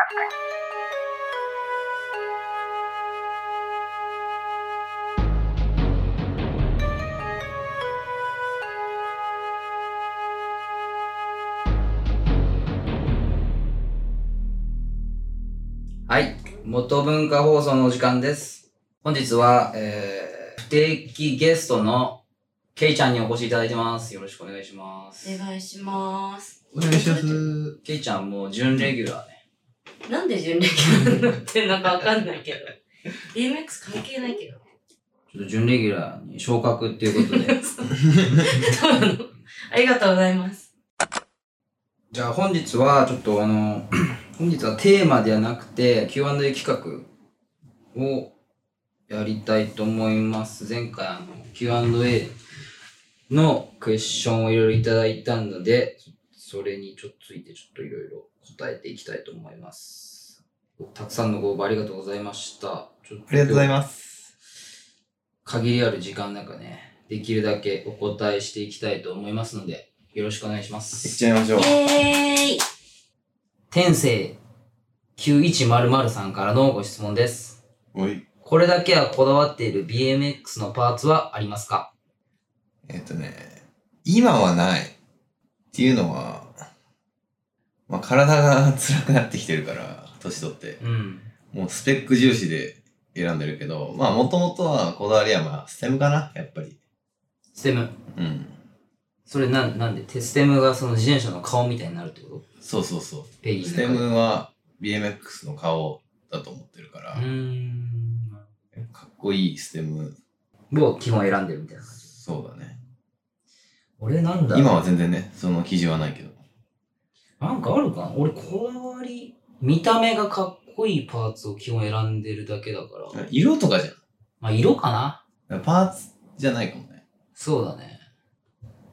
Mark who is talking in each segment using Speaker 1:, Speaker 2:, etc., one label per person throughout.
Speaker 1: Podcasting.
Speaker 2: Podcasting はい。元文化放送のお時間です。本日は、えー、不定期ゲストのケイちゃんにお越しいただいてます。よろしくお願いします。
Speaker 3: お願いします。
Speaker 4: お願いします。
Speaker 2: ケイちゃんもう準レギュラーね。
Speaker 3: なんで純烈なのってなんかわかんないけど。DMX 関係ないけど。
Speaker 2: ちょっと準レギュラーに昇格っていうことで。
Speaker 3: どうなのありがとうございます。
Speaker 2: じゃあ本日はちょっとあの、 本日はテーマではなくて Q&A 企画をやりたいと思います。前回あの Q&A のクエスチョンをいろいろいただいたので、それにちょっとついてちょっといろいろ答えていきたいと思います。たくさんのご応募ありがとうございました。ちょっ
Speaker 4: ありがとうござい
Speaker 2: す。
Speaker 4: ます。
Speaker 2: 限りある時間の中ね、できるだけお答えしていきたいと思いますので、よろしくお願いします。
Speaker 4: ちゃいまし
Speaker 3: イエーイ
Speaker 2: 天性9100さんからのご質問です。
Speaker 4: おい。
Speaker 2: これだけはこだわっている BMX のパーツはありますか
Speaker 4: えっ、とね、今はない。っていうのは、まあ、体が辛くなってきてるから、年取って。
Speaker 2: うん。
Speaker 4: もうスペック重視で選んでるけど、まあ、もともとはこだわりは、まあ、ステムかな、やっぱり。
Speaker 2: ステム。
Speaker 4: うん。
Speaker 2: それなん、なんで、ステムがその自転車の顔みたいになるってこ
Speaker 4: そうそうそ
Speaker 2: とペ
Speaker 4: う。
Speaker 2: ギー
Speaker 4: ステ
Speaker 2: の中で。
Speaker 4: ムは BMX の顔だと思ってるから、
Speaker 2: うーん。
Speaker 4: かっこいいステム、
Speaker 2: を基本選んでるみたいな感じ。
Speaker 4: そうだね。
Speaker 2: 俺なんだ
Speaker 4: 今は全然ね、その基準はないけど。
Speaker 2: なんかあるかな俺こだわり、見た目がかっこいいパーツを基本選んでるだけだから。
Speaker 4: 色とかじ
Speaker 2: まあ色かな
Speaker 4: ゃん。パーツじゃないかもね。
Speaker 2: そうだね。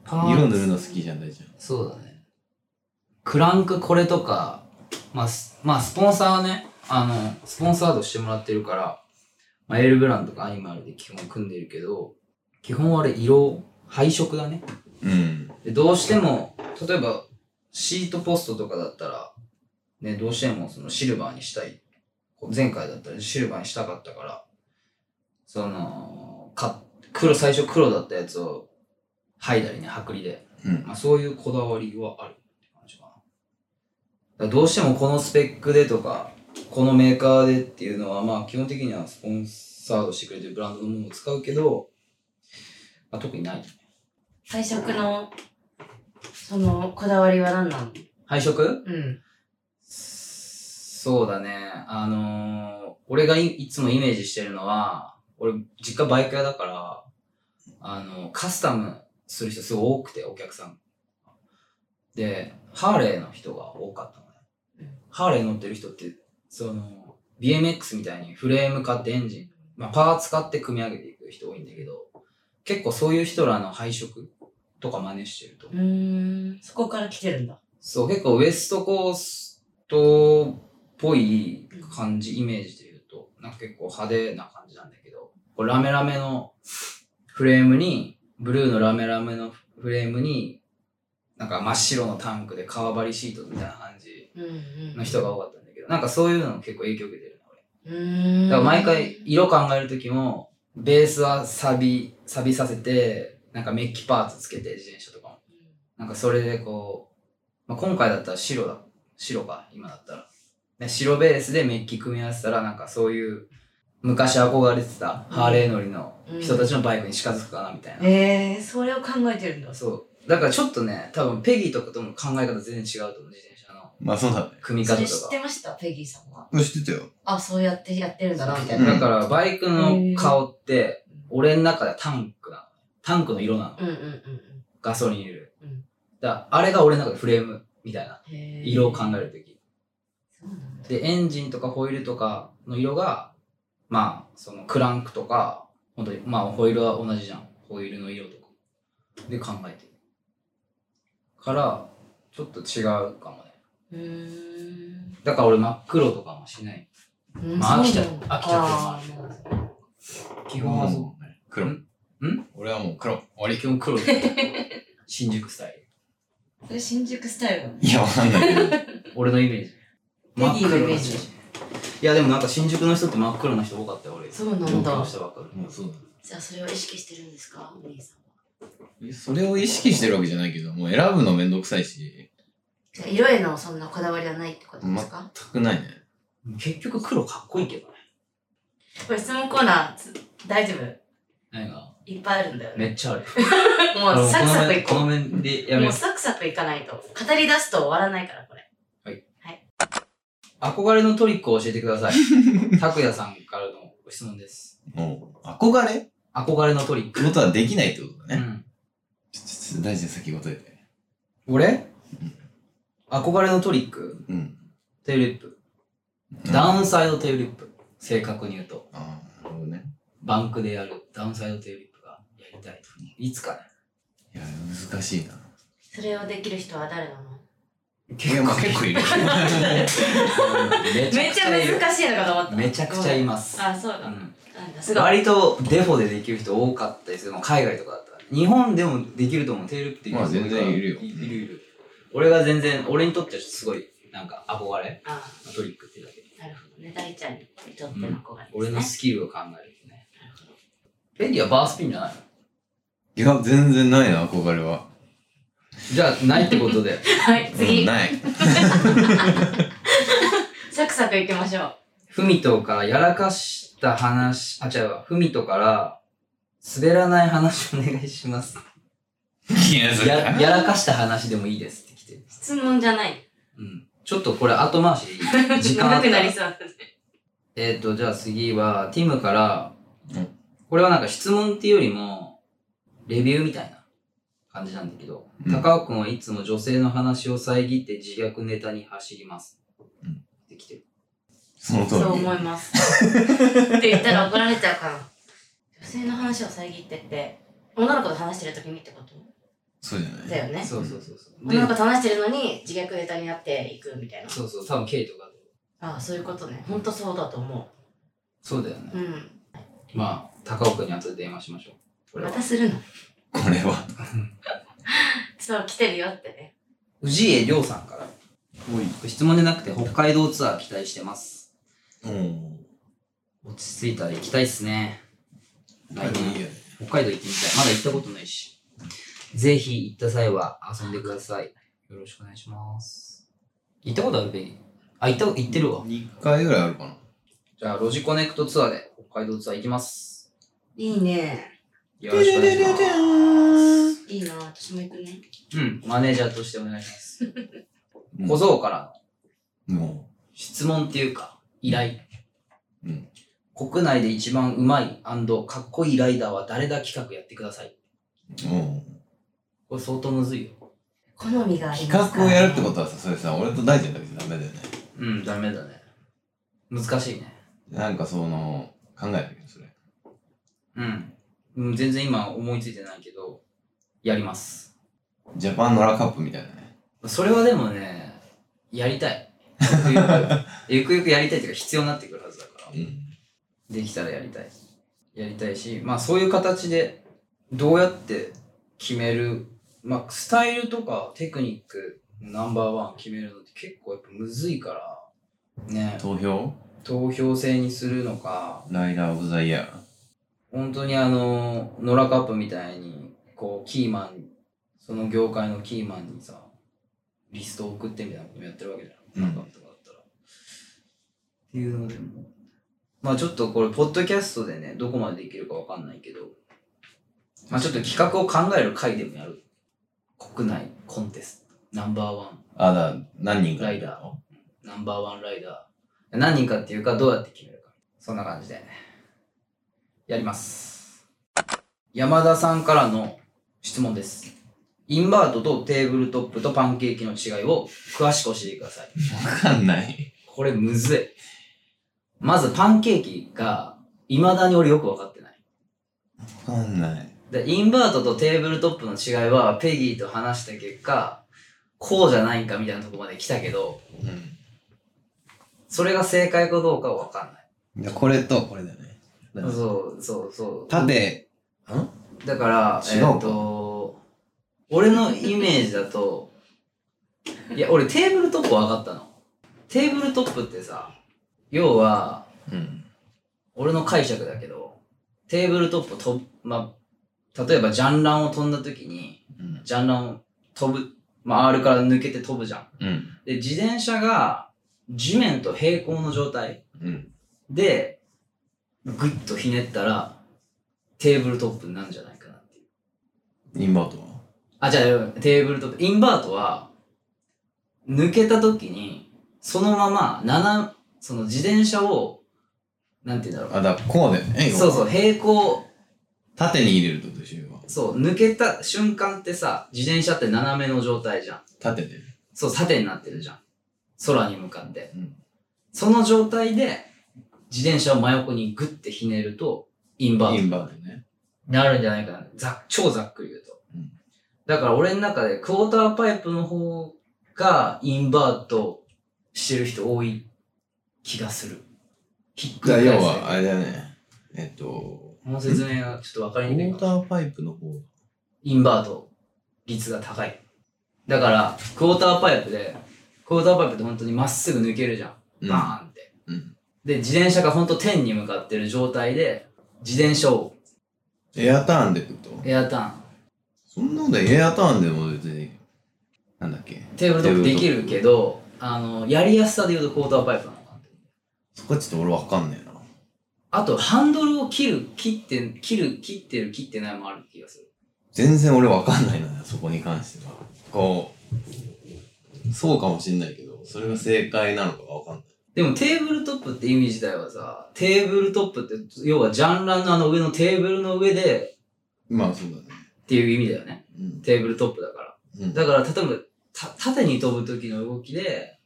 Speaker 2: パーツ
Speaker 4: 色塗るの好きじゃん、大ちゃん。
Speaker 2: そうだね。クランクこれとか、まあ、スまあ、スポンサーはね、あの、スポンサードしてもらってるから、まあ、エールブランドとかアニマルで基本組んでるけど、基本あれ色、配色だね。
Speaker 4: うん。
Speaker 2: でどうしても、例えば、シートポストとかだったら、ね、どうしてもそのシルバーにしたい。前回だったらシルバーにしたかったから、その、か、黒、最初黒だったやつを、剥いだりね、剥離で。
Speaker 4: うん。
Speaker 2: まあ、そういうこだわりはあるって感じかな。だからどうしてもこのスペックでとか、このメーカーでっていうのは、まあ基本的にはスポンサードしてくれてるブランドのものを使うけど、まあ、特にない。
Speaker 3: 配色の、その、こだわりは何なの
Speaker 2: 配色
Speaker 3: うん。
Speaker 2: そうだね。あのー俺がいいつもイメージしてるのは、俺実家バイク屋だから、あの、カスタムする人すごい多くて、お客さん。で、ハーレーの人が多かったのね。ハーレー乗ってる人って、その、BMX みたいにフレーム買ってエンジン、まあ、パーツ買って組み上げていく人多いんだけど、結構そういう人らの配色とか真似してると
Speaker 3: うーん。そこから来てるんだ。
Speaker 2: そう、結構ウエストコーストっぽい感じ、イメージで言うと、なんか結構派手な感じなんだけど、こうラメラメのフレームに、ブルーのラメラメのフレームに、なんか真っ白のタンクで革張りシートみたいな感じ
Speaker 3: うんうん。
Speaker 2: の人が多かったんだけど、なんかそういうのも結構影響受けてるな、俺。
Speaker 3: うーん。
Speaker 2: だから毎回色考えるときも、ベースはサビ、サビさせて、なんかメッキパーツつけて、自転車とかも。なんかそれでこう、まあ、今回だったら白だ。白か、今だったら。ね、白ベースでメッキ組み合わせたら、なんかそういう、昔憧れてたハーレー乗りの人たちのバイクに近づくかな、みたいな。
Speaker 3: えー、それを考えてるんだ。
Speaker 2: そう。だからちょっとね、多分ペギーとかとも考え方全然違うと思う、自転車の
Speaker 4: まあそうだね。
Speaker 2: 組み
Speaker 3: そ
Speaker 2: 方
Speaker 3: れ知
Speaker 2: と
Speaker 3: っ
Speaker 2: か
Speaker 3: て。ましたペギーさんは。
Speaker 4: 知ってたよ。
Speaker 3: あ、そうやってやってるんだな、みたいな。
Speaker 2: だからバイクの顔って、
Speaker 3: う
Speaker 2: 俺の中ではタンクなの。タンクの色なの。
Speaker 3: んうんうんうん
Speaker 2: ガソリン入れる。
Speaker 3: うん
Speaker 2: だからあれが俺の中でフレームみたいな。。
Speaker 3: へー
Speaker 2: 色を考えるとき。
Speaker 3: そうなんだ。
Speaker 2: で、エンジンとかホイールとかの色が、まあ、そのクランクとか、本当に、まあ、ホイールは同じじゃん。ホイールの色とか。で、考えてる。から、ちょっと違うかもね。
Speaker 3: うーん。
Speaker 2: だから俺真っ黒とかもしない。まあ飽きちゃう飽きちゃってる
Speaker 3: う
Speaker 2: 基本はそう。
Speaker 4: 黒。
Speaker 2: んん
Speaker 4: 俺はもう黒。終わり。
Speaker 2: 基本黒だ 新宿スタイル。
Speaker 3: それ新宿スタイルなの
Speaker 4: いや、わかんない。
Speaker 2: 俺のイメージ。
Speaker 3: テデ
Speaker 2: 真っ
Speaker 3: ィの
Speaker 2: 黒
Speaker 3: イ
Speaker 2: な
Speaker 3: メ
Speaker 2: 人
Speaker 3: ージ。
Speaker 2: いやでもなんか新宿の人って真っ黒な人多かったよ俺
Speaker 3: そうなんだ
Speaker 2: 同居の人ばっかり
Speaker 4: まあそうだね
Speaker 3: じゃあそれを意識してるんですかお兄さんは。
Speaker 4: えそれを意識してるわけじゃないけど、もう選ぶのめんどくさいし、
Speaker 3: じゃあ色へのそんなこだわりはないってことですか、
Speaker 4: たくないね。
Speaker 2: 結局黒かっこいいけどね
Speaker 3: これ質問コーナーつ大丈夫
Speaker 2: 何が
Speaker 3: いっぱいあるんだよね。
Speaker 2: めっちゃある
Speaker 3: もうサクサクい
Speaker 2: この
Speaker 3: こ
Speaker 2: 辺この辺で
Speaker 3: う。
Speaker 2: やめま
Speaker 3: もう
Speaker 2: す
Speaker 3: サクサクいかないと。語り出すと終わらないから、これ。
Speaker 2: 憧れのトリックを教えてくだ さい拓也さんからのご質問です
Speaker 4: もう、憧れって
Speaker 2: 憧れのトリック、
Speaker 4: ことはできないってこと
Speaker 2: う
Speaker 4: だね。
Speaker 2: ん、
Speaker 4: ちょちょちょ大臣先答えて。
Speaker 2: 俺憧れのトリック
Speaker 4: うん。
Speaker 2: テールリップダウンサイドテールリップ正確に言うと
Speaker 4: ああ、なるほどね。
Speaker 2: バンクでやるダウンサイドテールリップがやりたいといつかね
Speaker 4: いや、難しいな。
Speaker 3: それをできる人は誰なの
Speaker 4: いや、まあ結構いる。
Speaker 2: め
Speaker 3: めっちゃ
Speaker 2: いる
Speaker 3: 難しいのかと思った。
Speaker 2: めちゃくちゃいます、
Speaker 3: あ、そうだ。
Speaker 2: う
Speaker 3: なん
Speaker 2: ん、
Speaker 3: だ、すごい。
Speaker 2: 割とデフォでできる人多かったですけど、まあ海外とかだったら日本でもできると思うテールリップっていう人
Speaker 4: まあ全然いるよ
Speaker 2: いるいる俺が全然俺にとってはすごいなんか憧れ
Speaker 3: あ
Speaker 2: のトリックっていうだけで
Speaker 3: なるほどね。大ちゃんにとっての憧
Speaker 2: 俺
Speaker 3: れですね。
Speaker 2: のスキルを考えるとねペンディはバースピンじゃないの
Speaker 4: いや、全然ないな、憧れは。
Speaker 2: じゃあないってことで
Speaker 3: はい、
Speaker 4: うん
Speaker 3: 次。
Speaker 4: ない。
Speaker 3: サクサクいきましょう。
Speaker 2: ふみとからやらかした話あ違うわふみとから滑らない話お願いします
Speaker 4: いや、それ。
Speaker 2: ややらかした話でもいいですって来てる
Speaker 3: 質問じゃない。
Speaker 2: うんちょっとこれ後回しでいい 時間あ
Speaker 3: 長
Speaker 2: った
Speaker 3: くな
Speaker 2: ら
Speaker 3: りそうなんで。
Speaker 2: えっ、と、じゃあ次は、ティムから、
Speaker 4: うん
Speaker 2: これはなんか質問っていうよりも、レビューみたいな感じなんだけど、
Speaker 4: うん
Speaker 2: 高尾くんはいつも女性の話を遮って自虐ネタに走ります。
Speaker 4: うん
Speaker 2: できてる。
Speaker 4: その通
Speaker 3: そう
Speaker 4: り
Speaker 3: 思。います。って言ったら怒られちゃうから。女性の話を遮ってって、女の子と話してる時にってこと
Speaker 4: そうじゃない。
Speaker 3: だよね。
Speaker 2: そうそうそうそう。で
Speaker 3: 女の子と話してるのに自虐ネタになっていくみたいな。
Speaker 2: そうそう、多分ケイとか。
Speaker 3: ああ、そういうことね。ほんとそうだと思
Speaker 2: そうだよね。
Speaker 3: う。うん。
Speaker 2: まあ、高尾くんに後で電話しましょう。これ
Speaker 3: ま
Speaker 2: は
Speaker 3: た。するの
Speaker 4: これは。
Speaker 3: そう、来てるよってね。
Speaker 2: 氏家亮さんから。質問じゃなくて、北海道ツアー期待してます。
Speaker 4: おお。
Speaker 2: 落ち着いたら行きたいっすね。来年。
Speaker 4: いいよね。
Speaker 2: 北海道行ってみたい。まだ行ったことないし。ぜひ行った際は遊んでください。よろしくお願いします。行ったことあるべきあ、行った、行ってるわ。
Speaker 4: 2回ぐらいあるかな。
Speaker 2: じゃあ、ロジコネクトツアーで北海道ツアー行きます。
Speaker 3: いいね。
Speaker 2: よろしくお願いします。
Speaker 3: いいな、私も行くね。
Speaker 2: うん、マネージャーとしてお願いします。
Speaker 4: うん
Speaker 2: 小僧から
Speaker 4: も
Speaker 2: の質問っていうか、依頼。
Speaker 4: うん。
Speaker 2: 国内で一番うまいかっこいいライダーは誰だ企画やってください。
Speaker 4: う。も
Speaker 2: これ相当むずいよ。
Speaker 3: 好みがあ
Speaker 4: う。
Speaker 3: り
Speaker 4: 企
Speaker 3: ますから、
Speaker 4: 画をやるってことはさ、それさ、俺と大臣だけじゃダメだよね。
Speaker 2: うん、ダメだね。難しいね。
Speaker 4: なんかその、考えるけど、それ。
Speaker 2: うん。うん全然今思いついてないけど、やります。
Speaker 4: ジャパンノラカップみたいなね。
Speaker 2: それはでもね、やりたい。ゆくゆくゆくゆくやりたいっていうか必要になってくるはずだから。
Speaker 4: うん。
Speaker 2: できたらやりたい。やりたいし、まあそういう形でどうやって決める、まあスタイルとかテクニックナンバーワン決めるのって結構やっぱむずいから、ね、
Speaker 4: 投票
Speaker 2: 投票制にするのか、
Speaker 4: ライダーオブザイヤー。
Speaker 2: 本当にあの、ノラカップみたいに、こう、キーマン、その業界のキーマンにさ、リストを送ってみたいなこともやってるわけじゃん。
Speaker 4: うん
Speaker 2: ノラカップとかだったら。っていうのでも、まあちょっとこれ、ポッドキャストでね、どこまでできるかわかんないけど、まあちょっと企画を考える回でもやる。国内コンテスト、ナンバーワン、
Speaker 4: あ、だ、何人か。
Speaker 2: ライダナンバーワンライダー。何人かっていうか、どうやって決めるか。そんな感じで。やります。山田さんからの質問です。インバートとテーブルトップとパンケーキの違いを詳しく教えてください。
Speaker 4: わかんない。
Speaker 2: これむずい。まずパンケーキが、未だに俺よくわかってない。
Speaker 4: わかんない。
Speaker 2: で、インバートとテーブルトップの違いは、ペギーと話した結果、こうじゃないんかみたいなとこまで来たけど、
Speaker 4: うん。
Speaker 2: それが正解かどうかはわかんない。
Speaker 4: いやこれと、これだよね。だから
Speaker 2: そう、そう、そう。
Speaker 4: 縦、ん
Speaker 2: だから、え
Speaker 4: 違
Speaker 2: っ、
Speaker 4: うか
Speaker 2: と、俺のイメージだと、いや、俺テーブルトップは分かったの。テーブルトップってさ、要は、
Speaker 4: うん。
Speaker 2: 俺の解釈だけど、テーブルトップをと、まあ、例えばジャンランを飛んだ時に、
Speaker 4: うん。
Speaker 2: ジャンランを飛ぶ、まあ、R から抜けて飛ぶじゃん。
Speaker 4: うん。
Speaker 2: で、自転車が地面と平行の状態
Speaker 4: うん。
Speaker 2: で、ぐっとひねったら、テーブルトップになるんじゃないかなっていう。
Speaker 4: インバートは
Speaker 2: あ、じゃあ、テーブルトップ。インバートは、抜けた時に、そのまま、斜、その自転車を、なんて言うんだろ
Speaker 4: あ、だからこうだよね。
Speaker 2: う。そう
Speaker 4: う。
Speaker 2: そう、平行、
Speaker 4: 縦に入れるってことでしょ、今。
Speaker 2: そう、抜けた瞬間ってさ、自転車って斜めの状態じゃん。
Speaker 4: 縦で。
Speaker 2: そう、縦になってるじゃん。空に向かって。
Speaker 4: うん。
Speaker 2: その状態で、自転車を真横にグッてひねると、インバウンド
Speaker 4: イ
Speaker 2: に
Speaker 4: ンバートね。
Speaker 2: なるんじゃないかな。ざ超ざっくり言うと。
Speaker 4: うん
Speaker 2: だから俺の中で、クォーターパイプの方が、インバートしてる人多い気がする。ひっく
Speaker 4: だから
Speaker 2: り
Speaker 4: 要
Speaker 2: 返す
Speaker 4: は、あれだね。えっと、
Speaker 2: この説明はちょっとわか
Speaker 4: ウ
Speaker 2: りに
Speaker 4: ォ
Speaker 2: く
Speaker 4: ー
Speaker 2: い
Speaker 4: タ
Speaker 2: か。
Speaker 4: ーパイプの方が。
Speaker 2: インバート率が高い。だから、クォーターパイプで、クォーターパイプって本当にまっすぐ抜けるじゃん。
Speaker 4: うん
Speaker 2: バーンって。
Speaker 4: うん。
Speaker 2: で、自転車がほんと天に向かってる状態で、自転車を
Speaker 4: エアターンでってこと
Speaker 2: エアターン、
Speaker 4: そんなことエアターンでも別に、なんだっけ。
Speaker 2: テーブルトップ
Speaker 4: テ
Speaker 2: で
Speaker 4: ーブ
Speaker 2: き
Speaker 4: ルトッ
Speaker 2: る
Speaker 4: プ
Speaker 2: けど、あの、やりやすさで言うとクォーターパイプなのかなって
Speaker 4: そこはちょっと俺わかんねえな。
Speaker 2: あと、ハンドルを切る、切って、切る、切ってる、切ってないもある気がする。
Speaker 4: 全然俺わかんないな、そこに関しては。こう、そうかもしんないけど、それが正解なのかがわかんない。
Speaker 2: でもテーブルトップって意味自体はさ、テーブルトップって、要はジャンランのあの上のテーブルの上で
Speaker 4: まあそうだね。
Speaker 2: っていう意味だよね。
Speaker 4: うん。
Speaker 2: テーブルトップだから。
Speaker 4: うん、
Speaker 2: だから、例えば、た縦に飛ぶ時の動きで、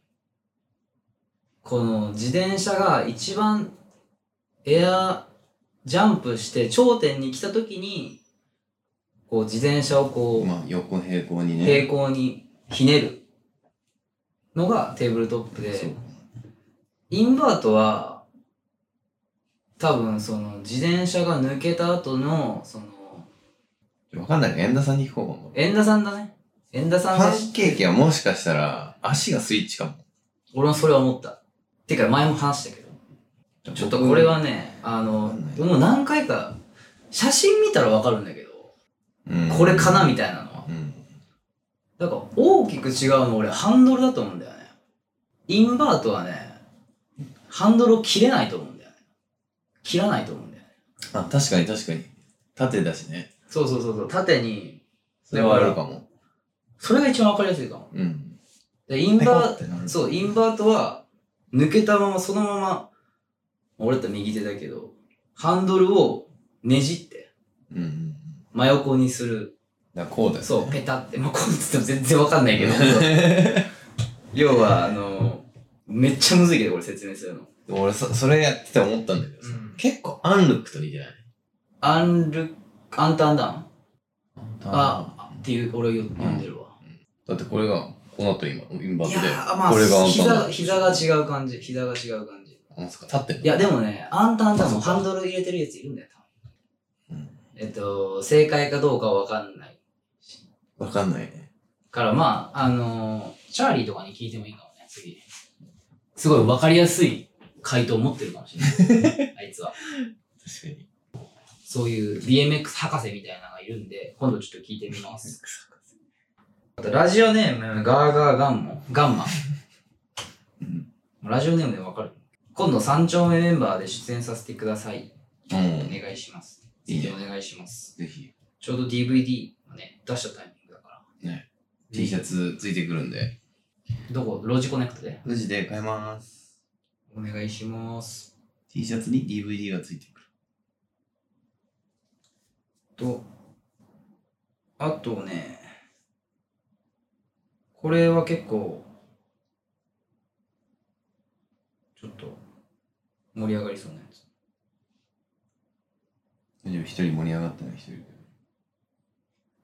Speaker 2: この自転車が一番エア、ジャンプして頂点に来た時に、こう自転車をこ
Speaker 4: まあ横平行に
Speaker 2: う
Speaker 4: ね。
Speaker 2: 平行にひねるのがテーブルトップ
Speaker 4: そう
Speaker 2: で、インバートは多分その自転車が抜けた後の、その、
Speaker 4: わかんないけど、遠田さんに聞こうかも。
Speaker 2: 円田さんだね。円田さん
Speaker 4: パ
Speaker 2: が
Speaker 4: ンケーキはもしかしたら、足がスイッチかも。
Speaker 2: 俺もそれは思った。てか前も話したけど。ちょっとこれはね、あ
Speaker 4: わ
Speaker 2: の
Speaker 4: かんない、
Speaker 2: もう何回か、写真見たらわかるんだけど、
Speaker 4: 僕、うん
Speaker 2: これかなみたいなのは。
Speaker 4: うん。
Speaker 2: だから大きく違うの俺ハンドルだと思うんだよね。インバートはね、ハンドルを切れないと思うんだよね。切らないと思うんだよね。
Speaker 4: あ、確かに確かに。縦だしね。
Speaker 2: そうそうそうそう、縦に。
Speaker 4: それはあるかも。
Speaker 2: それが一番わかりやすいかも。
Speaker 4: うん。
Speaker 2: でインバー
Speaker 4: ペコってなる
Speaker 2: そう、インバートは、抜けたまま、そのまま、俺だったら右手だけど、ハンドルをねじって、
Speaker 4: うんうんうん。
Speaker 2: 真横にする
Speaker 4: だからこうだよ、ね。
Speaker 2: そう、ペタって、まあ、こうつっても全然わかんないけ ど、要は、あの、めっちゃむずいけど、これ説明するの。
Speaker 4: でも俺そ、それやってて思ったんだけどさ、
Speaker 2: うん
Speaker 4: 結構アンルックと似てない
Speaker 2: アンル、アンタンダンあ、っていう、俺を読んでるわ。
Speaker 4: だってこれが、この後今、インバウ
Speaker 2: い
Speaker 4: ン
Speaker 2: や
Speaker 4: ドで、
Speaker 2: ー、まあ、
Speaker 4: これがアンタン
Speaker 2: 膝
Speaker 4: ダン
Speaker 2: 膝が違う感じ、膝が違う感じ。
Speaker 4: なんすか立ってんの
Speaker 2: いや、でもね、アンタンダンもハンドル入れてるやついるんだよ、多分
Speaker 4: うん
Speaker 2: えっと、正解かどうかはわかんない。
Speaker 4: わかんないね。
Speaker 2: から、まあ、あのー、チャーリーとかに聞いてもいいかもね、次。すごいわかりやすい回答を持ってるかもしれ ない。あいつは。
Speaker 4: 確かに。
Speaker 2: そういう BMX 博士みたいなのがいるんで、今度ちょっと聞いてみます。あと、ラジオネーム、ガーガーガンモン、ガンマ
Speaker 4: うん。
Speaker 2: ラジオネームでわかる今度三丁目メンバーで出演させてください。
Speaker 4: う
Speaker 2: お
Speaker 4: ん。
Speaker 2: 願いします。
Speaker 4: いいね
Speaker 2: ぜひお願いします。
Speaker 4: ぜひ、
Speaker 2: ちょうど DVD をね、出したタイミングだから。
Speaker 4: T シャツついてくるんで、
Speaker 2: どこロジコネクトで。
Speaker 4: 無事で買えます。
Speaker 2: お願いします。
Speaker 4: T シャツに DVD がついてくる。
Speaker 2: と、あとね、これは結構、ちょっと、盛り上がりそうなやつ。
Speaker 4: 大丈夫、一人盛り上がったの一人で。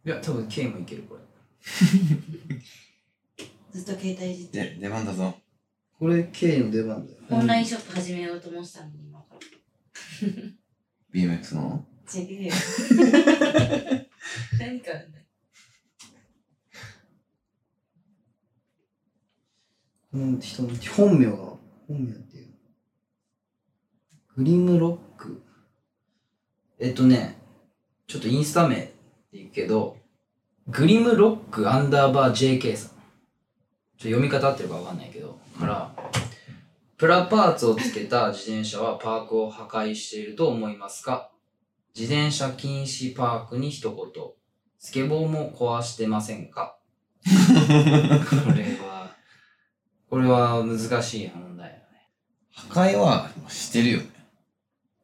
Speaker 2: いや、多分 K もいける、これ。
Speaker 3: ずっと携帯いじって
Speaker 4: で、出番だぞ。
Speaker 2: これ K の出番だよ
Speaker 3: オンラインショップ始めようと思ってたのに今から
Speaker 4: BMX の
Speaker 3: 違うよ何かあるんだ
Speaker 2: この人の本名が、本名っていう。グリムロック。えっとね、ちょっとインスタ名で言うけど、グリムロックアンダーバー JK さん。ちょっと読み方合ってるかわかんないけど、から、プラパーツをつけた自転車はパークを破壊していると思いますか自転車禁止パークに一言。スケボーも壊してませんかこれは、これは難しい問題だね。
Speaker 4: 破壊はしてるよね。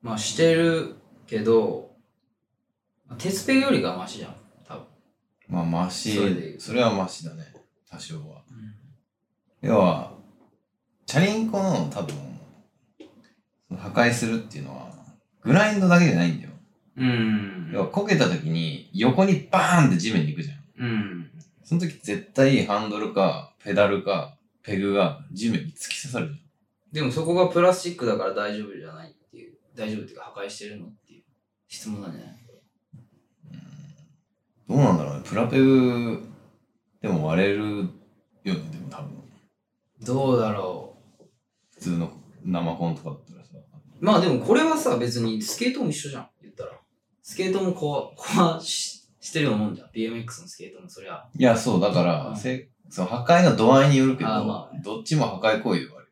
Speaker 2: まあしてるけど、鉄ペグよりがマシじゃん。
Speaker 4: まあ、マシ。
Speaker 2: そ
Speaker 4: そ
Speaker 2: れ
Speaker 4: れ
Speaker 2: で言う
Speaker 4: はマシだね。多少は。要は、チャリンコの多分、その破壊するっていうのは、グラインドだけじゃないんだよ。
Speaker 2: うん。
Speaker 4: 要は、こけた時に、横にバーンって地面に行くじゃん。
Speaker 2: うん。
Speaker 4: その時絶対ハンドルか、ペダルか、ペグが地面に突き刺さるじゃん。
Speaker 2: でもそこがプラスチックだから大丈夫じゃないっていう。大丈夫っていうか破壊してるのっていう質問なんじゃない
Speaker 4: どうなんだろうね。プラペグ、でも割れるよね、でも多分。
Speaker 2: どうだろ
Speaker 4: 普通の生コンとかだったらさ。
Speaker 2: う。まあでもこれはさ、別にスケートも一緒じゃん。言ったら。スケートも 壊、壊ししてるようなもんじゃん。BMX のスケートもそりゃ。
Speaker 4: いや、そう、だか
Speaker 2: う
Speaker 4: ら、
Speaker 2: ん
Speaker 4: せその破壊の度合いによるけど、
Speaker 2: あーま
Speaker 4: どっちも破壊行為はある。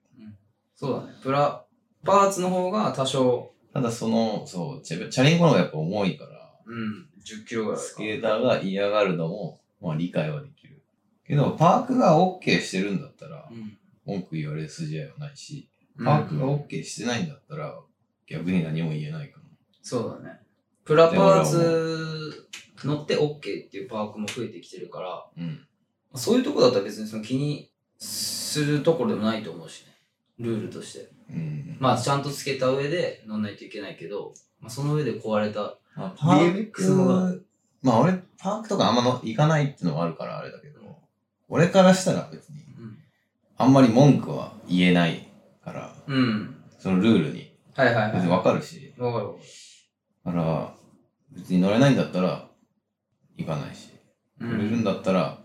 Speaker 2: そうだね。プラ、パーツの方が多少、
Speaker 4: ただその、そう、チャチャリンコの方がやっぱ重いから、
Speaker 2: うん、10キロぐらいか。
Speaker 4: スケーターが嫌がるのも、まあ理解はできる。けど、パークが OK してるんだったら
Speaker 2: う、ん。
Speaker 4: 文句言われる筋合いはないし、パークが OK してないんだったら、逆に何も言えないか
Speaker 2: そうだね。プラパーツ乗って OK っていうパークも増えてきてるから、
Speaker 4: な。うん。
Speaker 2: そういうとこだったら別にその気にするところでもないと思うしね。ルールとして。
Speaker 4: うん。
Speaker 2: まあちゃんとつけた上で乗んないといけないけど、まあ、その上で壊れた。
Speaker 4: まあ、
Speaker 2: BMX の方
Speaker 4: まあ俺、パークとかあんまの行かないってのもあるからあれだけど、俺からしたら別に、
Speaker 2: うん。
Speaker 4: あんまり文句は言えないから、
Speaker 2: うん。
Speaker 4: そのルールに。
Speaker 2: はいはいはい。
Speaker 4: 別にわかるし、
Speaker 2: わかるわか
Speaker 4: だから、別に乗れないんだったら、行かないし、
Speaker 2: る。
Speaker 4: 乗れるんだったら、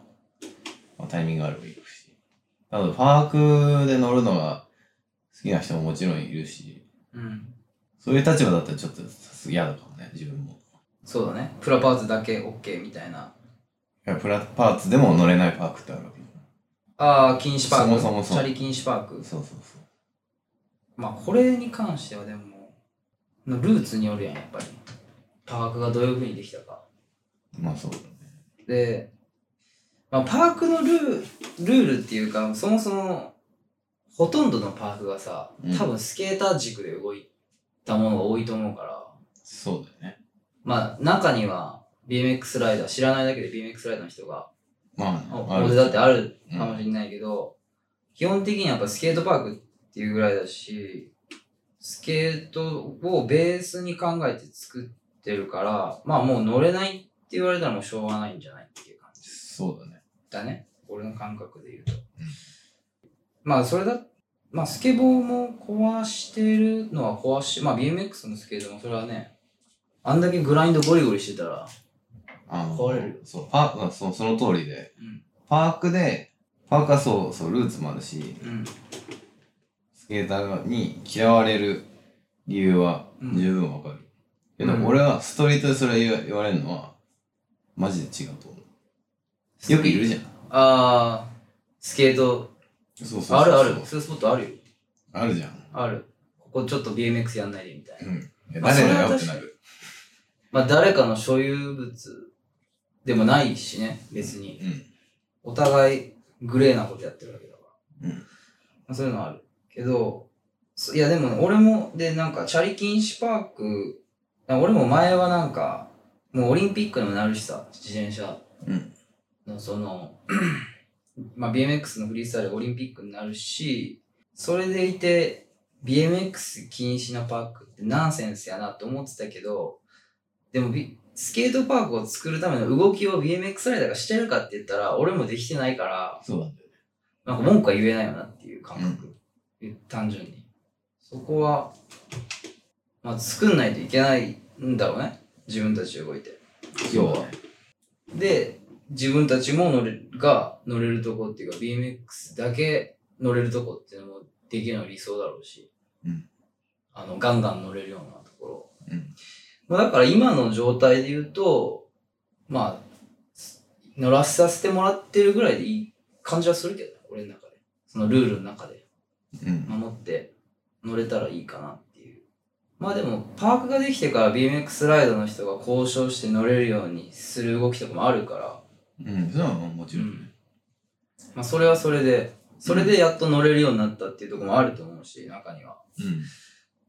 Speaker 4: まあ、タイミングがあれば行くし。なので、パークで乗るのが好きな人ももちろんいるし、
Speaker 2: うん。
Speaker 4: そういう立場だったらちょっとさすが嫌だかもね、自分も。
Speaker 2: そうだね。プラパーツだけ OK みたいな。
Speaker 4: いや、プラパーツでも乗れないパークってあるわけじ
Speaker 2: ああ、禁止パーク。
Speaker 4: そもそもそう
Speaker 2: チャリ禁止パーク
Speaker 4: ゃん。。そうそうそう。
Speaker 2: まあこれに関してはでもルーツによるやんやっぱりパークがどういうふうにできたか
Speaker 4: まあそうだね。
Speaker 2: で、まあ、パークのルールールっていうかそもそもほとんどのパークがさ
Speaker 4: うん
Speaker 2: 多分スケーター軸で動いたものが多いと思うから、
Speaker 4: そうだよね。
Speaker 2: まあ中には BMX ライダー知らないだけで BMX ライダーの人が
Speaker 4: まあ、あ
Speaker 2: 俺だってあるかもしれないけど、基本的にやっぱスケートパークっていうぐらいだし、スケートをベースに考えて作ってるから、まあもう乗れないって言われたらもうしょうがないんじゃないっていう感じ
Speaker 4: そうだね。
Speaker 2: だね。俺の感覚で言うと。まあそれだ、まあスケボーも壊してるのは壊し、まあ BMX のスケートもそれはね、あんだけグラインドゴリゴリしてたら、
Speaker 4: あの、
Speaker 2: 壊れる
Speaker 4: そう、パーク、まあそその通りで、
Speaker 2: うん
Speaker 4: パークで、パークはそう、そう、ルーツもあるし、
Speaker 2: うん、
Speaker 4: スケーターに嫌われる理由は
Speaker 2: うん
Speaker 4: 十分わかる。け
Speaker 2: うん
Speaker 4: ど、俺はストリートでそれ言わ言われるのは、マジで違うと思う。よくいるじゃん。
Speaker 2: ああ、スケート、
Speaker 4: そうそうそう
Speaker 2: あるある、そういうスポットあるよ。
Speaker 4: あるじゃん。
Speaker 2: ある。ここちょっと BMX やんないでみたいな。
Speaker 4: うん。え
Speaker 2: まあ
Speaker 4: 誰だ
Speaker 2: それ
Speaker 4: よ
Speaker 2: は
Speaker 4: っ
Speaker 2: 確
Speaker 4: て
Speaker 2: か
Speaker 4: な
Speaker 2: に
Speaker 4: る。
Speaker 2: まあ誰かの所有物でもないしね、別に。
Speaker 4: う
Speaker 2: お互いグレーなことやってるわけだから。
Speaker 4: うん
Speaker 2: まあ、そういうのはある。けど、そいやでもね、俺も、でなんかチャリ禁止パーク、なんか俺も前はなんか、もうオリンピックにもなるしさ、自転車
Speaker 4: ん。うん。
Speaker 2: のその、 まあ BMX のフリースタイルがオリンピックになるし、それでいて、BMX 禁止なパークってナンセンスやなって思ってたけど、でも、ビスケートパークを作るための動きを BMX ライダーがしてるかって言ったら、俺もできてないから、
Speaker 4: そうなんだよね。
Speaker 2: なんか文句は言えないよなっていう感覚。単純に。そこは、まあ作んないといけないんだろうね。自分たちで動いて。要は。で、自分たちも乗れが乗れるとこっていうか BMX だけ乗れるとこっていうのもできるのが理想だろうし、
Speaker 4: うん
Speaker 2: あの、ガンガン乗れるようなところ。
Speaker 4: うん
Speaker 2: まあ、だから今の状態で言うと、まあ、乗らさせてもらってるぐらいでいい感じはするけどね、俺の中で。そのルールの中で
Speaker 4: うん。
Speaker 2: 守って乗れたらいいかなっていう。まあでも、パークができてから BMX ライドの人が交渉して乗れるようにする動きとかもあるから、
Speaker 4: うん。それはもちろん。
Speaker 2: まあ、それはそれで、それでやっと乗れるようになったっていうところもあると思うし、中には。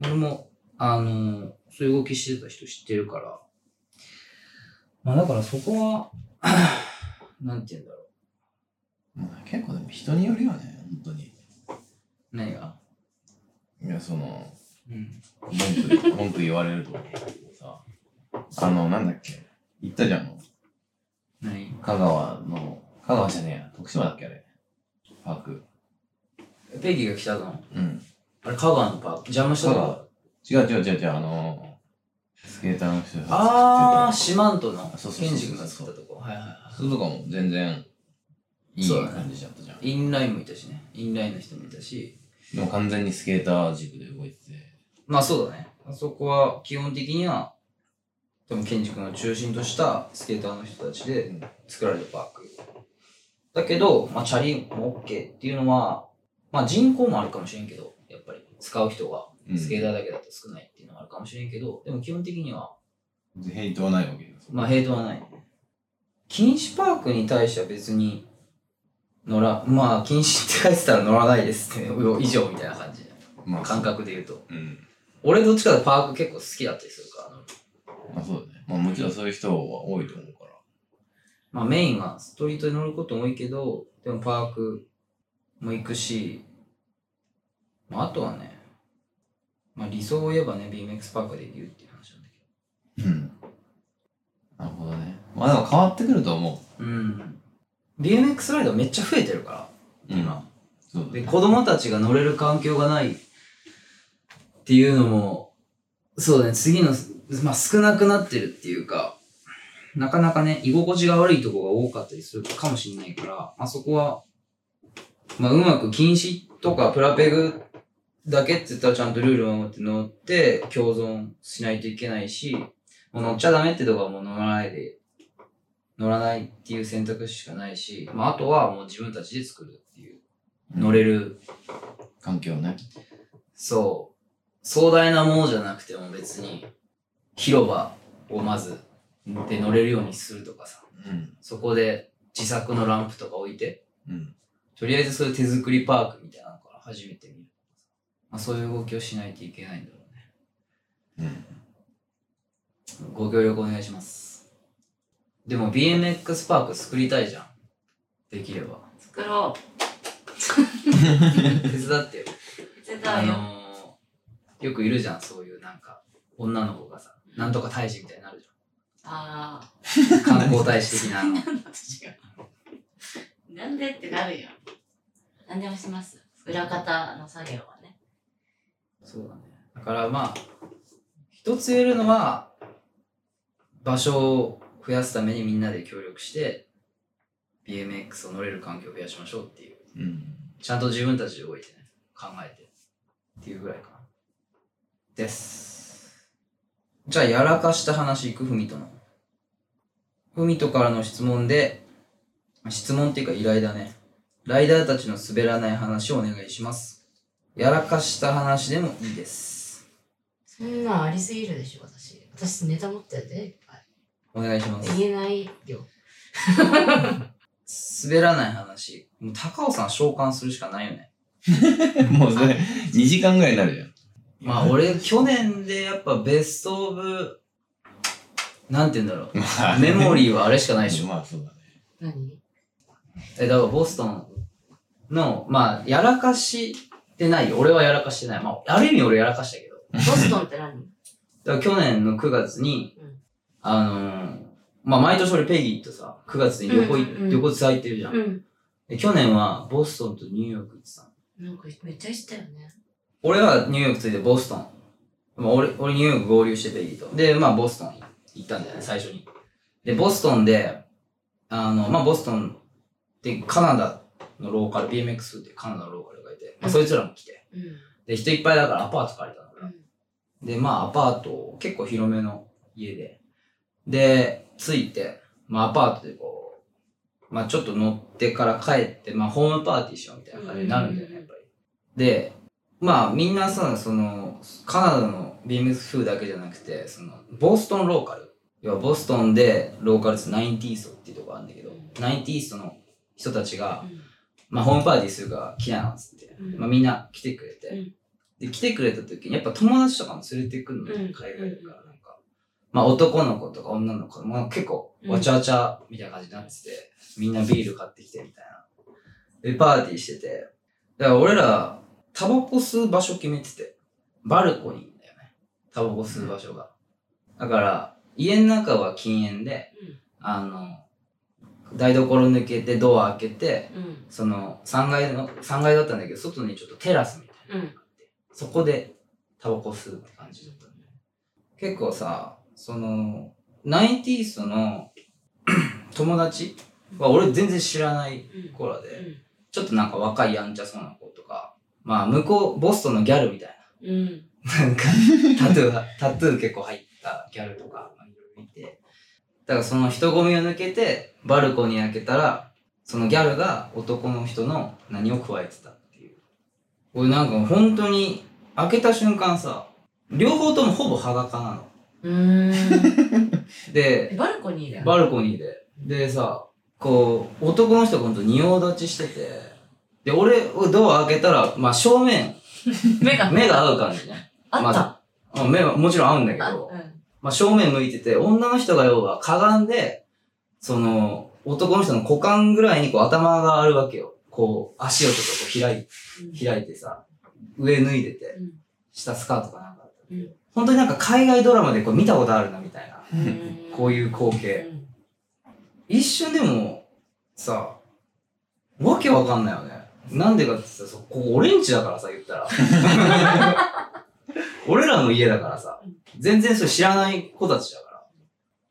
Speaker 4: うん。
Speaker 2: 俺も、あのーそういう動きしてた人知ってるから。まあだからそこは、 なんて言うんだろ
Speaker 4: まあ、結構でも人によるよね、本当に。
Speaker 2: う。何が
Speaker 4: いや、その、
Speaker 2: うん。
Speaker 4: 文句、文句言われると思うけどさ。あの、なんだっけ。言ったじゃん、も
Speaker 2: 何
Speaker 4: う香川の、香川じゃねえや、徳島だっけ、あれ。パーク。
Speaker 2: ペギーが来たの
Speaker 4: うん。
Speaker 2: あれ、香川のパーク。邪魔したと
Speaker 4: 香
Speaker 2: こ
Speaker 4: 違う違う違う違う、あの、スケーターの人が作って
Speaker 2: ああ、四万十の。
Speaker 4: そうそうそうそう
Speaker 2: ケンジ君が作ったとこ。はいはいは
Speaker 4: それとかも全然いい
Speaker 2: そうだね
Speaker 4: 感じだったじゃん。
Speaker 2: い。インラインもいたしね。インラインの人もいたし。
Speaker 4: でも完全にスケーター軸で動いてて。
Speaker 2: まあそうだね。あそこは基本的には、でもケンジ君を中心としたスケーターの人たちで作られたパーク。だけど、まあチャリも OK っていうのは、まあ人口もあるかもしれんけど、やっぱり使う人が
Speaker 4: うん
Speaker 2: スケーターだけだと少ないっていうのはあるかもしれんけど、でも基本的には、
Speaker 4: ヘイトはないわけよ。
Speaker 2: まあヘイトはない。禁止パークに対しては別に、乗ら、まあ禁止って書いてたら乗らないですって、 以上みたいな感じ。
Speaker 4: まあ、
Speaker 2: 感。覚で言うと。
Speaker 4: うん。
Speaker 2: 俺どっちかでパーク結構好きだったりするからな
Speaker 4: まあそうだね。まあもちろんそういう人は多いと思うから。
Speaker 2: まあメインはストリートに乗ることも多いけど、でもパークも行くし、まああとはね、まあ理想を言えばね、BMX パークで言うっていう話なんだけ
Speaker 4: うん。なるほどね。まあでも変わってくると思
Speaker 2: ど。うん。BMX ライドめっちゃ増えてるから、
Speaker 4: う。
Speaker 2: 今。
Speaker 4: そうだ
Speaker 2: で、
Speaker 4: ね。
Speaker 2: 子供たちが乗れる環境がないっていうのも、そうだね、次の、まあ少なくなってるっていうか、なかなかね、居心地が悪いとこが多かったりするかもしれないから、まあそこは、まあうまく禁止とかプラペグだけって言ったらちゃんとルールを守って乗って共存しないといけないし、もう乗っちゃダメってとこはもう乗らないで、乗らないっていう選択肢しかないし、まああとはもう自分たちで作るっていう。乗れる
Speaker 4: 環境ね。
Speaker 2: そう。壮大なものじゃなくても別に、広場をまず、で乗れるようにするとかさ。
Speaker 4: うん。
Speaker 2: そこで自作のランプとか置いて、
Speaker 4: うん。
Speaker 2: とりあえずそういう手作りパークみたいなのから初めて見る。まあ、そういう動きをしないといけないんだろうね。
Speaker 4: うん。
Speaker 2: ご協力お願いします。でも BMX パーク作りたいじゃん。できれば。
Speaker 3: 作ろ
Speaker 2: 手伝ってよ。
Speaker 3: う。手伝
Speaker 2: あ
Speaker 3: うよ。
Speaker 2: のー、よくいるじゃん、そういうなんか、女の子がさ、なんとか大使みたいになるじゃん。
Speaker 3: ああ。
Speaker 2: 観光大使的なの。
Speaker 3: 私が。なんでってなるよ。何でもします。裏方の作業はね。
Speaker 2: そうだね。だからまあ、一つ言えるのは、場所を増やすためにみんなで協力して、BMX を乗れる環境を増やしましょうっていう。
Speaker 4: うん。
Speaker 2: ちゃんと自分たちで動いてね、考えて。っていうぐらいかな。です。じゃあ、やらかした話いく、ふみとの。ふみとからの質問で、質問っていうか依頼だね。ライダーたちの滑らない話をお願いします。やらかした話でもいいです。
Speaker 3: そんなんありすぎるでしょ、私。私ネタ持ってるで、いっぱい。
Speaker 2: お願いします。
Speaker 3: 言えないよ。
Speaker 2: 滑らない話。もう高尾さん召喚するしかないよね。
Speaker 4: もうそれ、2時間ぐらいになるじゃん。
Speaker 2: まあ、俺、去年でやっぱベストオブ、なんて言うんだろう。
Speaker 4: ま あ
Speaker 2: メモ
Speaker 4: ー
Speaker 2: リーはあれしかないでしょ。
Speaker 4: まあそうだね。
Speaker 3: 何
Speaker 2: え、だからボストンの、まあ、やらかしてないよ。俺はやらかしてない。まあ、ある意味俺やらかしたけど。
Speaker 3: ボストンって何
Speaker 2: だから去年の9月に、
Speaker 3: うん
Speaker 2: あのーまあ、毎年俺ペギーとさ、9月に旅行い、
Speaker 3: うんうんうん
Speaker 2: 旅行ツアー行ってるじゃん。
Speaker 3: うん。
Speaker 2: で去年はボストンとニューヨーク行ってたの。
Speaker 3: なんかめっちゃ知ったよね。
Speaker 2: 俺はニューヨーク着いてボストン。まあ、俺、俺ニューヨーク合流してペギーと。で、まあボストン行ったんだよね、最初に。で、ボストンで、あの、まあボストンでカナダのローカル、BMX っていうカナダのローカルがまあ、そいつらも来て。
Speaker 3: うん。
Speaker 2: で、人いっぱいだからアパート借りたの俺
Speaker 3: う
Speaker 2: ら
Speaker 3: ん。
Speaker 2: で、まあ、アパート、結構広めの家で。で、着いて、まあ、アパートでこう、まあ、ちょっと乗ってから帰って、まあ、ホームパーティーしようみたいな感じになるんだよね、
Speaker 3: うん
Speaker 2: やっぱり。で、まあ、みんなさ、その、カナダのビームス風だけじゃなくて、その、ボストンローカル。要は、ボストンでローカルってナインティーストっていうとこあるんだけど、ナインティーストの人たちが、まあ、ホームパーティーするから嫌なっつって、
Speaker 3: うん
Speaker 2: まあ、みんな来てくれて、
Speaker 3: うん
Speaker 2: で来てくれた時にやっぱ友達とかも連れてくるのね、
Speaker 3: うん
Speaker 2: 海外だからなんか、まあ、男の子とか女の子も結構わちゃわちゃみたいな感じになってて、みんなビール買ってきてみたいなでパーティーしててだから俺らタバコ吸う場所決めててバルコニーだよねタバコ吸う場所が、だから家の中は禁煙であの台所抜けてドア開けて
Speaker 3: うん。
Speaker 2: その3階の3階だったんだけど外にちょっとテラスみたいなのがあって、そこでタバコ吸うって感じだったね結構さそのナインティーストの 友達は俺全然知らない
Speaker 3: うん。
Speaker 2: 子らで、
Speaker 3: うん
Speaker 2: ちょっとなんか若いやんちゃそうな子とかまあ向こうボストンのギャルみたい
Speaker 3: うん。
Speaker 2: ななんかタトゥーがタトゥー結構入ったギャルとかまあいろいろいてだからその人混みを抜けてバルコニー開けたらそのギャルが男の人の何を加えてたっていう。俺なんか本当に開けた瞬間さ、両方ともほぼ裸なの。
Speaker 3: うーん。
Speaker 2: で、
Speaker 3: バルコニーだよ。
Speaker 2: バルコニーで。でさ、こう、男の人がほんと仁王立ちしてて、で、俺、ドア開けたら、まあ正面、
Speaker 3: 目が。
Speaker 2: 目が合う感じね。
Speaker 3: あった。
Speaker 2: まあ目はもちろん合うんだけ
Speaker 3: あ
Speaker 2: ど
Speaker 3: う、ん
Speaker 2: まあ正面向いてて、女の人が要はかがんで、その、男の人の股間ぐらいにこう頭があるわけよ。こう、足をちょっとこう開いて。開いてさ、上脱いでて、
Speaker 3: うん
Speaker 2: 下スカートかなんかだった、
Speaker 3: うん
Speaker 2: 本当になんか海外ドラマでこう見たことあるなみたいな、
Speaker 3: うん
Speaker 2: こういう光景。一瞬でも、さ、わけわかんないよね。なんでかって言ったら、ここ俺ん家だからさ、言ったら。 俺らの家だからさ、全然それ知らない子たちだか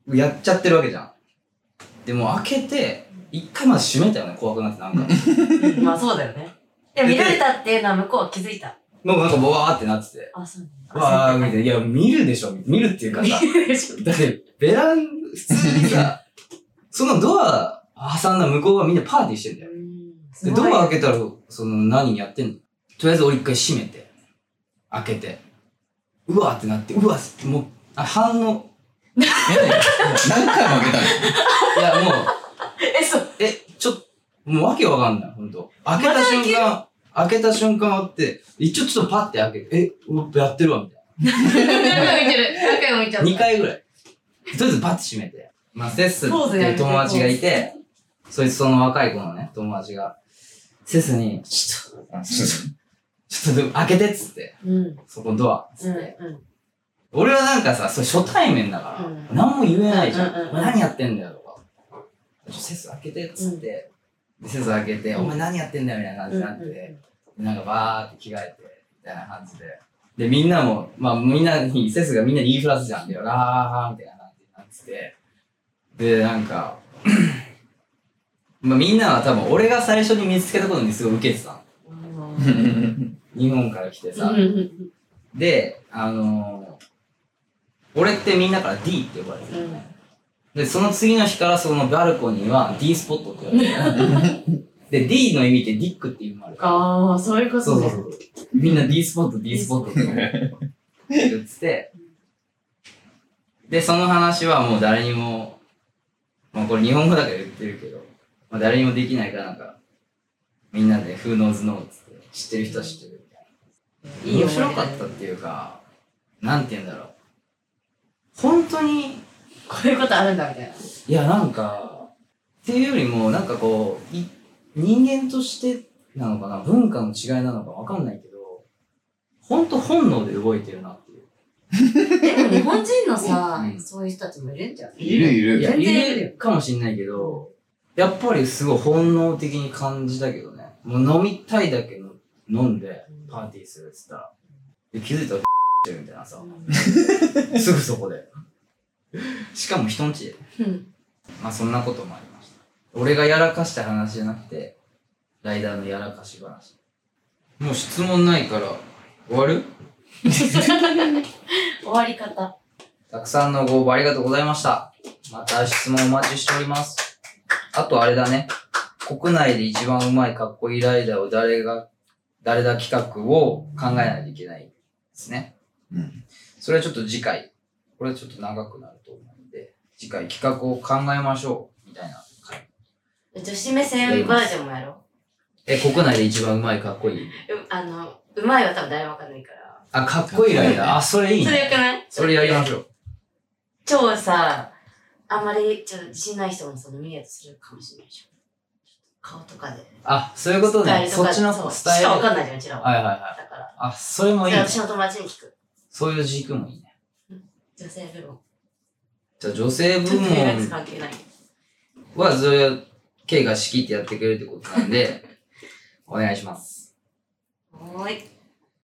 Speaker 2: ら。やっちゃってるわけじゃん。でも開けて、一回まず閉めたよね、怖くなってなんか。
Speaker 3: うんまあそうだよね。でも見られたっていうのは向こうは気づいた。
Speaker 2: もうなんかボワーってなってて。
Speaker 3: あ、そう
Speaker 2: わあ、みたい
Speaker 3: 見
Speaker 2: な。いや、見るでしょ。見るっていうかさ。
Speaker 3: るでしょ。
Speaker 2: だって、ベラン、普通にさ、そのドア挟んだ向こうはみんなパーティーしてんだよ。で、ドア開けたら、その何やってんのとりあえず俺一回閉めて、開けて、うわーってなって、うわーってもう、あ反応。
Speaker 4: 何回も開けたの
Speaker 2: いや、もう、
Speaker 3: え、そう。
Speaker 2: え、ちょっと、もうわけわかんない、ほんと。開けた瞬間、開けた瞬間あって、一応ちょっとパッて開けて、え、うわやってるわ、みたいな。
Speaker 3: 何回も見てる。何回も見ちゃった。
Speaker 2: 2回ぐらい。とりあえずバッて閉めて。まあ、セスって
Speaker 3: ポーズや
Speaker 2: い
Speaker 3: め
Speaker 2: う
Speaker 3: て
Speaker 2: 友達がいて、そいつその若い子のね、友達が、セスに、ちょっと、
Speaker 4: あ
Speaker 2: ちょ
Speaker 4: そ
Speaker 2: っ
Speaker 4: う
Speaker 2: と、ちょっとでも開けてっつって、
Speaker 3: うん。うん。
Speaker 2: そこのドア、つ
Speaker 3: う
Speaker 2: っ
Speaker 3: ん。
Speaker 2: て。
Speaker 3: うん
Speaker 2: 俺はなんかさ、それ初対面だから、
Speaker 3: うん
Speaker 2: 何も言えないじゃん。
Speaker 3: うんうんうん
Speaker 2: お前何やってんだよ、とか。ちょっとセス開けてっつって、でセス開けて、
Speaker 3: うん
Speaker 2: お前何やってんだよ、みたいな感じになって、なんかバーって着替えて、みたいな感じで。で、みんなも、まあみんなに、セスがみんなに言いふらすじゃん。で、ラーハーみたいな感じになってて。で、なんか、 まあみんなは多分俺が最初に見つけたことにすごい受けてたの。
Speaker 4: うんうん
Speaker 2: 日本から来てさ。
Speaker 3: うん。
Speaker 2: で、あのー俺ってみんなから D って呼ばれてるのね。で、その次の日からそのバルコニーは D スポットって呼ばれて る。で、D の意味ってディックっていう意味もあるから。
Speaker 3: ああ、そういうこ
Speaker 2: そ
Speaker 3: と
Speaker 2: うそ
Speaker 3: ね
Speaker 2: う。そう。みんな D スポット、D スポットって言ってて、で、その話はもう誰にも、まあこれ日本語だから言ってるけど、まあ誰にもできないからなんか、みんなで Who knows no っつって、知ってる人は知ってるみたいな。
Speaker 3: いい
Speaker 2: 面白かったっ
Speaker 3: こ
Speaker 2: ていうか、なんて言うんだろう。本当に、
Speaker 3: ういうことあるんだみたいな。
Speaker 2: いや、なんか、っていうよりも、なんかこう、い人間としてなのかな、文化の違いなのかわかんないけど、ほんと本能で動いてるなっていう。
Speaker 3: でも日本人のさ
Speaker 2: う、ん
Speaker 3: そういう人たちもいるんじゃん。
Speaker 4: いるい
Speaker 2: い
Speaker 4: る。
Speaker 2: や、
Speaker 3: 全
Speaker 2: い
Speaker 3: 然
Speaker 2: るかもしんないけど、やっぱりすごい本能的に感じたけどね。もう飲みたいだけの飲んで、パーティーするっつったら、で気づいたら、 してるみたいなさ、すぐそこで。しかも人んちで。
Speaker 3: うん。
Speaker 2: まあそんなこともありました。俺がやらかした話じゃなくて、ライダーのやらかし話。もう質問ないから、終わる
Speaker 3: 終わり方。
Speaker 2: たくさんのご応募ありがとうございました。また質問お待ちしております。あとあれだね。国内で一番うまいかっこいいライダーを誰が、誰だ企画を考えないといけないですね。
Speaker 4: うん。
Speaker 2: それはちょっと次回。これはちょっと長くなると思うんで、次回企画を考えましょう。みたいな回。
Speaker 3: 女子目線バージョンもやろ
Speaker 2: え、国内で一番うまいかっこいい。
Speaker 3: う。うあの、うまいは多分誰もわかんないから。
Speaker 2: あ、かっこいいライダー。あ、それいい
Speaker 3: それよ
Speaker 2: ね。
Speaker 3: くない
Speaker 2: それやりましょう。
Speaker 3: 超さ、あんまりちょっと自信ない人もその見えとするかもしれないでしょ。顔とかで。
Speaker 2: あ、そういうこと
Speaker 3: 伝え
Speaker 2: ね。
Speaker 3: ると
Speaker 2: そ
Speaker 3: か
Speaker 2: っちの
Speaker 3: そう
Speaker 2: スタイ
Speaker 3: し
Speaker 2: ル。
Speaker 3: かわ
Speaker 2: はい
Speaker 3: かんないじゃん、うちらは。
Speaker 2: はいはい。
Speaker 3: だから。
Speaker 2: あ、それも
Speaker 3: そ
Speaker 2: いい
Speaker 3: れ
Speaker 2: ね。
Speaker 3: 私の友達に聞く。
Speaker 2: そういう軸もいいね。
Speaker 3: 女性部門。
Speaker 2: じゃあ女性部
Speaker 3: 特になんか
Speaker 2: 門
Speaker 3: 関係ない。
Speaker 2: は、それは、K が仕切ってやってくれるってことなんで、お願いします。
Speaker 3: おーい。